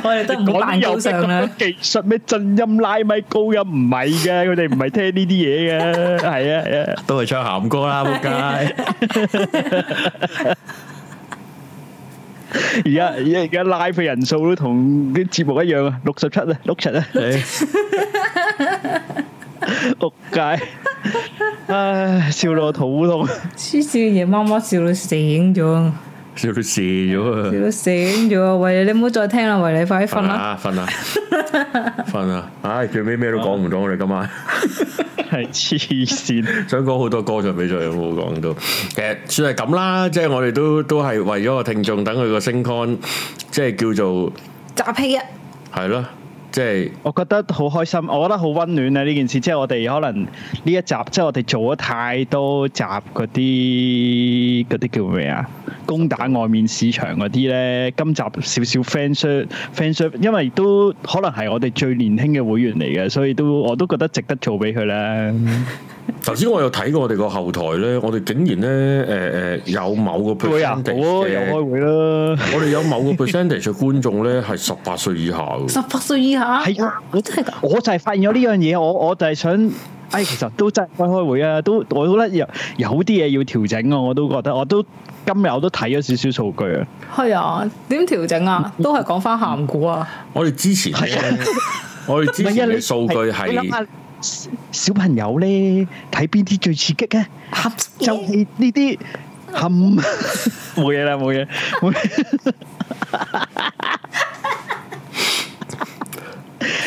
我哋都唔好
講
扮
有
高尚啦。
技術咩啊震音拉咪高音唔係嘅，佢哋唔係聽呢啲嘢 *laughs* 嘅，係啊係啊，
都係唱鹹歌啦，仆街！
而家而家而家 live 嘅人數都同啲節目一樣啊，六十七啊，六七啊，
誒
仆街，唉，笑到我肚痛，
黐線，夜媽媽笑到醒咗，
笑到射咗
笑到醒咗。喂，你唔好再聽啦，喂，你快啲
啊！
瞓
瞓
啦。
啦，瞓啦！唉，最尾咩都講唔到，我哋今晚。
係黐線，
想講好多歌唱比賽有冇講到？其實算係咁啦，即係我哋都都係為咗個聽眾等佢個升 con，即係叫做
集氣啊！
係咯，即係
我覺得好開心，我覺得好温暖啊！呢件事即係我哋可能呢一集，即係我哋做咗太多集嗰啲嗰啲叫咩啊？攻打外面市場嗰啲咧，今集少少 fan share fan share，因為都可能係我哋最年輕嘅會員嚟嘅，所以都我都覺得值得做俾佢啦。
頭先我有睇過我哋個後台咧，我哋竟然咧誒誒有某個
會啊，好
percentage
啊又
嘅
開會啦，
我哋有某個 percentage 嘅觀眾咧係十八歲以下嘅，
十八歲以下，
係啊，
我真係㗎。
我就係發現咗呢樣嘢，我我就係想，哎，其實都真係開開會啊，都我都覺得有有啲嘢要調整啊，我都覺得，我都今日我都睇咗少少數據啊，
係啊，點調整啊？
嗯
都係講翻鹹股啊！
我哋之前咧，
啊
*laughs* 我哋之前嘅數據
你諗
係
下小小朋友咧睇邊啲最刺激啊？
鹹
就
嘢
係呢啲 *laughs* 冚冇嘢啦，冇嘢，冇嘢。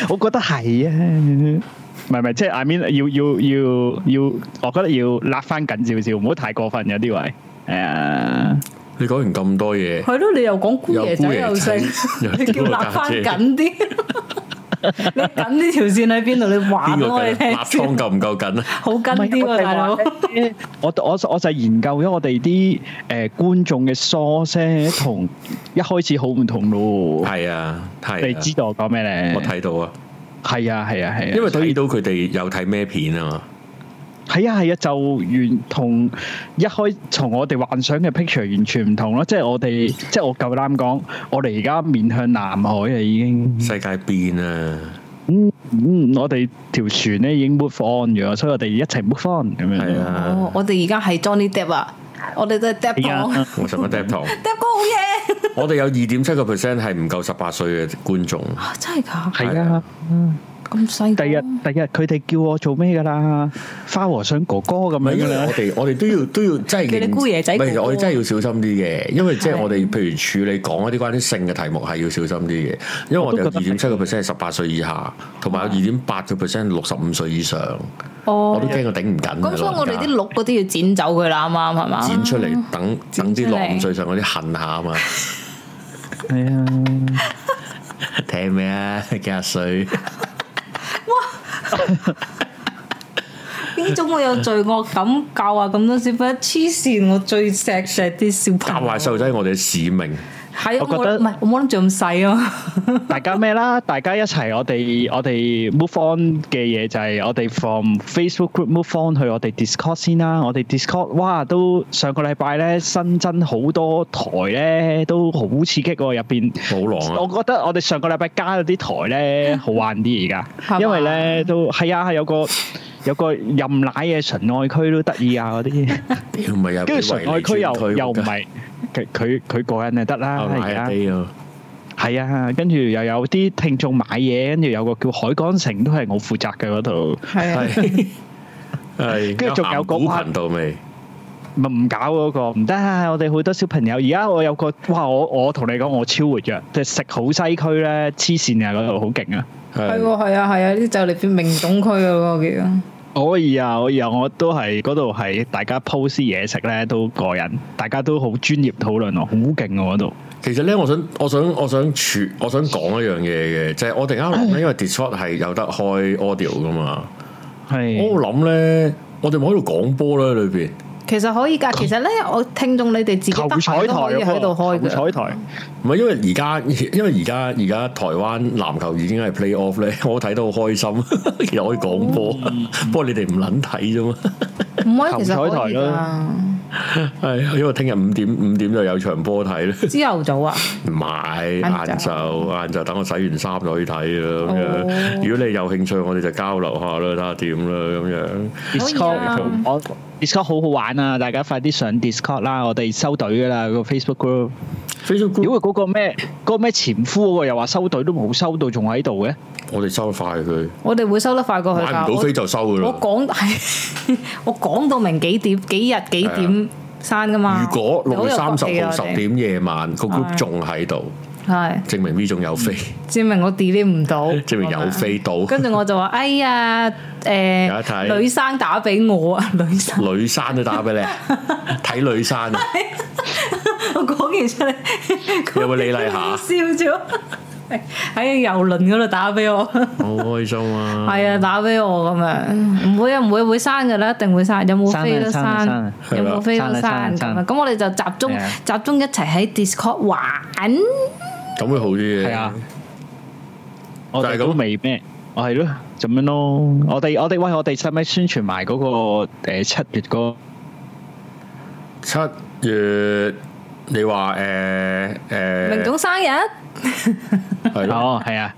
我覺得係啊，唔係唔係，即係 I mean 要要要要，我覺得要勒翻緊少少，唔好太過分有啲位。係啊，
你講完咁多嘢，
係咯，你又講姑爺仔
又
又
姑爺
剩
仔， *laughs* 又
你叫
屌我
立
家
翻
姐
緊啲。
*laughs*
你緊呢條線喺邊度？你話
邊
俾
個
我
緊啊？
哋
立
聽
倉
先，
夠唔夠緊啊？
好緊
唔
啲
係
喎，大佬。
我我我就係研究咗我哋啲誒觀眾嘅 source 同一開始好唔同咯。
係啊，
你
係啊
知道我講咩咧？
我睇到啊，
係啊係啊係啊，
因為睇到佢哋有睇咩片啊嘛。
係啊係啊，就完同一開從我哋幻想嘅 picture 完全唔同咯，即係我哋即係我
嗯
夠膽講，我哋而家面向南海啊已經，
世界變啊，
嗯嗯，我哋條船咧已經 move on 咗，所以我哋一齊 move on 咁樣。
係啊，
哦，我哋而家係 Johnny Depp 啊，我哋都係
而
Depp
家
黨
我十分 d e
*laughs*
堂，
，Depp 哥好嘢，
我哋有二點七個 percent 係唔夠十八歲嘅觀眾，
啊真係㗎，
係
係
啊
啊，
咁細個，
第日第日佢哋叫我做咩㗎啦？花和尚哥哥咁
唔係
樣
因
㗎
為
啦
我。哋我哋都要都要真係
叫你姑爺仔
唔係其實
哥哥
我哋真係要小心啲嘅，因為即係
係
我哋譬如處理講一啲關於性嘅題目係要小心啲嘅，因為我哋有二
我都覺
點
得
七個 percent 係十八歲以下，同埋有二點八個 percent 六十五歲以上，我
啊哦
都，驚佢頂唔緊㗎啦
咁所以我哋
而家
啲綠嗰啲要剪走佢啦，啱啱係嘛？
啊剪出嚟，等等啲
剪出嚟
六五歲上嗰啲恨下啊嘛，
*laughs*
係啊，
聽咩啊？幾廿歲？
呢種我有罪惡感，教啊咁多小朋友黐線，我最錫錫啲小
教
朋友。
壞細路仔係我哋嘅使命。
係啊，
我
我
覺得
唔係我冇諗住咁細啊。
大家咩啦？大家一齊，我哋我哋 move on 嘅嘢就係我哋 from Facebook group move on 去我哋 Discord 先啦。我哋 Discord 哇，都上個禮拜咧新增好多台咧，都好刺激喎入邊。
好狼
我
啊！
覺得我哋上個禮拜加咗啲台咧好玩啲而
係嘛
家，因為咧都係啊，係有個有個任奶嘅純愛區都得意啊嗰啲，
屌唔係又
跟
俾
住純
維
愛
尼
區
轉
又
退
又唔
仆街
係佢佢佢個人就得啦
牛奶啊
而家。
地啊！
係啊，跟住又有啲聽眾買嘢，跟住有個叫海港城都係我負責嘅嗰度，
係啊，
*laughs*
係係，
跟住仲有個
個股頻道未？
咪唔搞嗰、個唔得啊！我哋好多小朋友，而家我有個哇，我我同你講，我超活躍，即係食好西區咧，黐線啊嗰度好勁啊！
係喎，係啊，係啊，呢啲就嚟變明種區嘅嗰個叫。
可以啊，可以啊，我都係嗰度係大家 post 嘢食咧都過癮，大家都好專業討論啊，好勁啊嗰度。
其實咧，我想我想我想處我想講一樣嘢嘅，就係、我突然間諗咧，因為 Discord 係有得開 audio 噶嘛，
係
我諗咧，我哋咪喺度講波啦裏邊，
其實可以㗎，其實咧，我聽眾你哋自己
球
得
彩
閒
台
都可以
嗰個
喺度開嘅。
球彩台
唔係因為而家 *laughs* 因為而家而家台灣籃球已經係 play off 咧，我睇到好開心， *laughs* 其實可以講波，
嗯
不過你哋唔撚睇啫嘛，
唔可以，其實
球
可
彩
以
台咯
㗎。
係因為聽日五點五點就有場波睇咧。
朝頭早啊，
*laughs* 唔係
晏晝
晏晝，晏晝等我洗完衫就可以睇啦。咁
哦
樣，如果你有興趣，我哋就交流下啦，睇下點啦。咁樣
Discord
可以啊
我 Discord 好好玩啊！大家快啲上 Discord 啦，我哋收隊噶啦個 Facebook group。
嗯
，Facebook
屌
group
佢嗰個咩嗰個咩前夫嗰個又話收隊都冇收到，仲喺度嘅。
我哋收得快佢，
我哋會收得快過
買
去
唔
㗎。
到飛啊就收噶
我
啦
我。講 *laughs* 係，我講到明幾點、幾日、幾點刪㗎嘛。
如果六月三十
好有
號
骨氣
十
啊我哋
點夜晚個 group
係
仲喺度，
係。
證明呢仲有飛，
證明我 delete 唔到，
證明有飛到。
跟住我就話：哎
*laughs*
呀，誒、
有得睇
女生打俾我啊， *laughs* 女生，
*laughs* 女生都打俾你，睇女生
*laughs*
啊，
我講完出嚟，
有冇理禮下
笑咗， *laughs* 哎喺遊輪嗰度打俾我，
好開心啊！
係啊，打俾我咁樣，唔會啊，唔會會刪噶啦，一定會刪，有冇飛都
刪啊刪
刪
啊，
刪啊
有冇飛都
係啦
刪
刪啊
咁
刪
啊
啊
咁我哋就集中
係啊
集中一齊喺 Discord 玩，
咁會好啲
係
嘅
啊。我哋
就
都
係咁
未咩？我係咯，咁樣咯。我哋我哋喂，我哋使唔使宣傳埋嗰個誒七月嗰個？
七月你話誒
明
誒
總生日，
係咯。
哦，
*laughs*
係啊，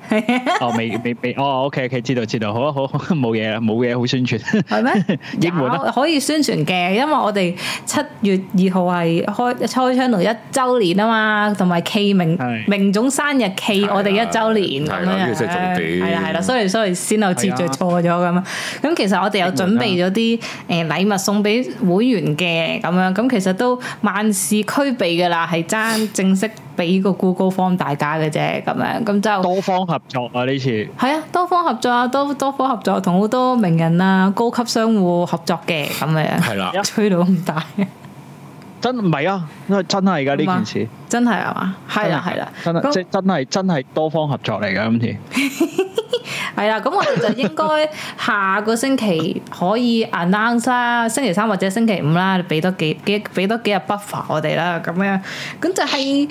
哦未未未，哦 OK OK，知道知道，好啊好啊， *laughs* 冇嘢啦，冇嘢好
*laughs*
宣傳。？
係咩
*laughs* 英文啊
有可以宣傳嘅，因為我哋七月二號係開開 channel 一週年啊嘛，同埋暨明
係
明總生日暨
係啦
我哋一週年
係
咁
啦呢
樣
個先係重點
係啦係啦，sorry sorry，先後次序
係啊
錯咗咁啊。咁其實我哋有準備咗啲誒禮物送俾會員嘅咁樣，咁其實都萬事俱備㗎啦，係爭正式俾個 Google Form 大家嘅啫咁樣，咁就。
多方合作啊！呢次
係啊，多方合作啊，多多方合作，同好多名人啊、高級商户合作嘅咁樣。
係啦
*laughs* 吹到咁大，
真唔係啊，因為真係㗎啊呢件事。
真係係嘛？係啦，係啦，
真係
咁
即係真係真係多方合作嚟㗎今次。
係啦，咁我哋就應該下個星期可以 announce 啦，星期三或者星期五啦，俾多幾幾俾多幾日 buffer 我哋啦，咁樣咁就係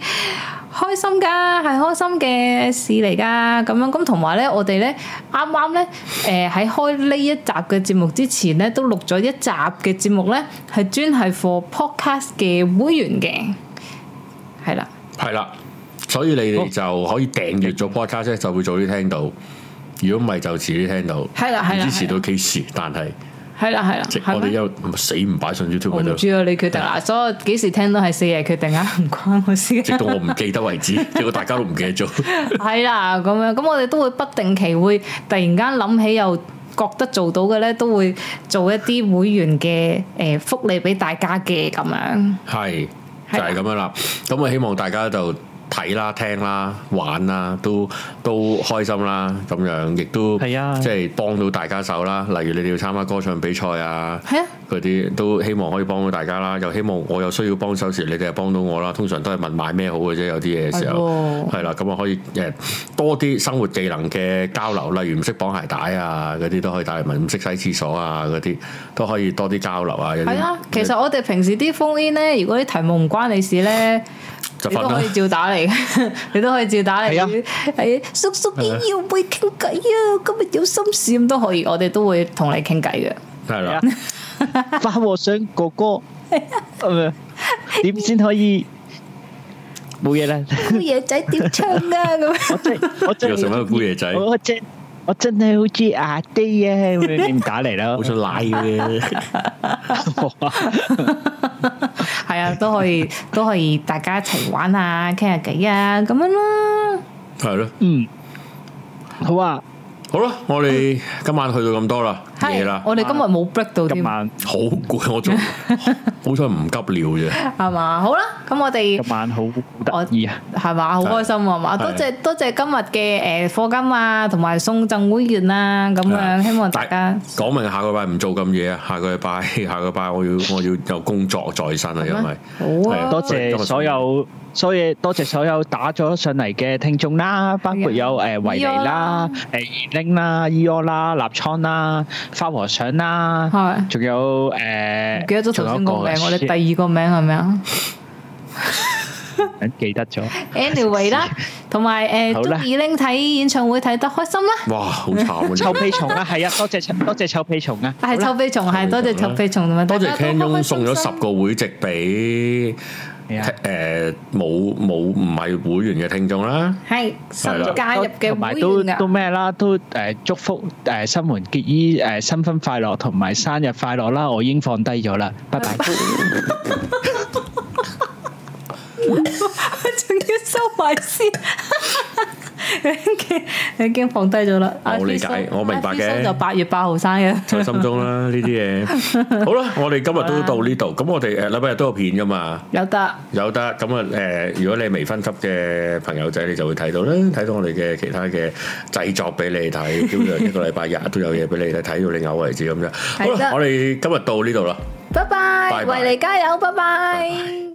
開心㗎，係開心嘅事嚟㗎，咁樣咁同埋咧，我哋咧啱啱咧誒喺開呢一集嘅節目之前咧，都錄咗一集嘅節目咧，係專係 for podcast 嘅會員嘅，係啦，
係啦，所以你哋就可以訂閱咗 podcast 咧，就會早啲聽到。如果唔係就遲啲聽到，
係啦係啦
唔知遲到幾時，但係
係啦係啦，
即
係
我哋
咩？
又死唔擺上 YouTube
我
咪就，
唔知
直
啊，你決定啊，所以幾時聽都係四爺決定啊，唔關我事。
到我唔記得為
*laughs*
止，直到大家都唔記得咗。
係啦，咁樣咁我哋都會不定期會突然間諗起又覺得做到嘅咧，都會做一啲會員嘅誒、呃福利俾大家嘅咁樣。
係
係
就
啦
係咁樣啦。咁啊，希望大家就睇啦、聽啦、玩啦，都都開心啦，咁樣亦都
係啊
即係幫到大家手啦。例如你哋要參加歌唱比賽啊，
係啊
嗰啲都希望可以幫到大家啦。又希望我有需要幫手時，你哋又幫到我啦。通常都係問買咩好嘅啫，有啲嘢嘅時候
係喎
係啦。咁啊，可以誒多啲生活技能嘅交流，例如唔識綁鞋帶啊嗰啲都可以帶嚟問，唔識洗廁所啊嗰啲都可以多啲交流啊。有啲
係啊，其實我哋平時啲 phone in 咧，如果啲題目唔關你事咧，
就
你 *laughs*
瞓
都
啦
可以。照打嚟嘅，你都可以照打嚟。
係啊
係啊，叔叔啲要會傾偈啊，今日有心事咁都可以，我哋都會同你傾偈嘅。
係啦。
*laughs* 花和尚哥哥，咁樣點先可以冇嘢啦？
姑爺仔點唱啊？ *laughs* 咁
*laughs* 我真係我
又
真係
成翻個姑爺仔，
我我真我真係好中意阿 D 啊！咁樣你唔打嚟 *laughs* 啦
好，想奶嘅。
*laughs* 係啊，都可以，都可以，大家一齊玩啊，傾下偈啊，咁樣啦。
*laughs* 係咯，
嗯，好啊，
好啦，我哋今晚去到咁多啦，嘢
係
啦，，
我哋今日冇 break 到
今
添，
晚
好攰，我仲
*laughs*
好彩唔急尿啫，
係嘛？好啦，咁我哋
今。晚好好得意啊！
係嘛，好開心喎係嘛，
係
多謝多謝今日嘅誒課金啊，同埋送贈會員啊，咁樣希望大家
講明下個禮拜唔做咁嘢啊，下個禮拜 *laughs* 下個禮拜我要我要有工作在身啊，因為
好
係
啊，
多
所以今
謝
日
所有，所以多謝所有打咗上嚟嘅聽眾啦，包
Dạ.
括有誒維尼啦、誒玲啦、伊柯啦、立倉啦、花和尚啦，
係
仲有誒，
唔記得咗頭先個名，
仲有一
我哋
shit，
第二個名係
*laughs*
咪啊
記得咗，
？Anyway 啦，同埋
好
誒
啦
中意拎睇演唱會睇得開心啦，
哇，好慘
*laughs*
臭
啊！
屁蟲啦，係啊，多謝多謝臭屁蟲啊，
係臭屁蟲，係
臭
多
屁蟲啦
謝臭屁蟲同埋
多謝
大家
Ken
都開
Yong
開
送咗
心
十
心
個會籍俾
係啊
誒冇冇唔係會員嘅聽眾啦，
係
係啦
新加入
同埋
嘅
都
會員啊
都
㗎，
咩啦，都誒祝福誒新垣結衣誒新婚快樂同埋生日快樂啦，我已經放低咗啦，拜拜。
*laughs* 仲要收埋先。已經已經放低咗啦。
我理解
Ivy Song-
我明白嘅
Ivy Song 就八月八號生嘅。
在心中啦呢啲嘢。好啦，我哋今日都到呢度，咁我哋呃誒禮拜日都有片噶嘛。
有得
有得咁啊！誒、如果你係未分級嘅朋友仔，你就會睇到啦，睇到我哋嘅其他嘅製作俾你睇，基本上一個禮拜日都有嘢俾你睇，睇到你嘔為止咁樣。好
係
啦，
得
我哋今日到呢度啦。
拜
拜
拜，
拜
為你加油，拜拜。